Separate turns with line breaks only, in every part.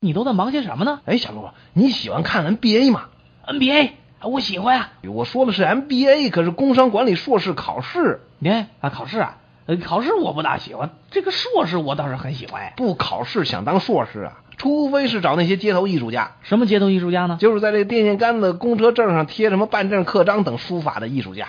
你都在忙些什么呢
哎，小罗，你喜欢看 NBA 吗？
？NBA，啊我喜欢呀、
我说的是 MBA，可是工商管理硕士考试，
你看啊，考试啊，呃，考试我不大喜欢，这个硕士我倒是很喜欢呀。
不考试想当硕士啊？除非是找那些街头艺术家，
什么街头艺术家呢？
就是在这电线杆子、公车证上贴什么办证、刻章等书法的艺术家。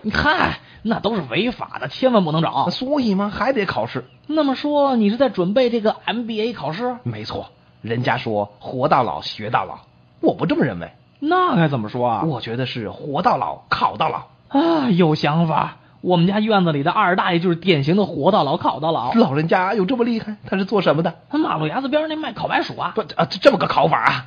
你看，那都是违法的，千万不能找。
所以嘛，还得考试。
那么说，你是在准备这个 MBA 考试？
没错，人家说活到老学到老，我不这么认为，
那该怎么说啊？
我觉得是活到老考到老。
啊，有想法。我们家院子里的二大爷就是典型的活到老考到老。
老人家有这么厉害？他是做什么的？
他马路牙子边儿那卖烤白薯啊，
不啊，这这么个考法啊？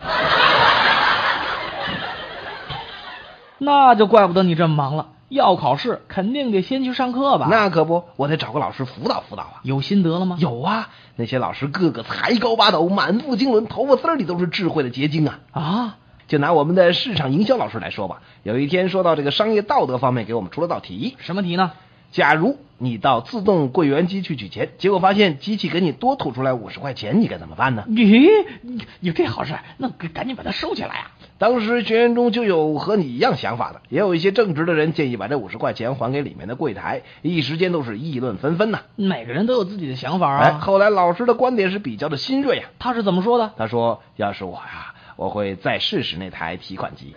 那就怪不得你这么忙了。要考试，肯定得先去上课吧？
那可不，我得找个老师辅导辅导啊。
有心得了吗？
有啊，那些老师个个才高八斗，满腹经纶，头发丝儿里都是智慧的结晶啊。
啊，
就拿我们的市场营销老师来说吧，有一天说到这个商业道德方面，给我们出了道题：
什么题呢？
假如你到自动柜员机去取钱，结果发现机器给你多吐出来五十块钱，你该怎么办呢？
咦，有这好事，那赶赶紧把它收起来啊！
当时学员中就有和你一样想法的，也有一些正直的人建议把这五十块钱还给里面的柜台，一时间都是议论纷纷呐、
每个人都有自己的想法
哎，
啊。
后来老师的观点是比较的新锐啊，
他是怎么说的？
他说：“要是我呀、我会再试试那台提款机。”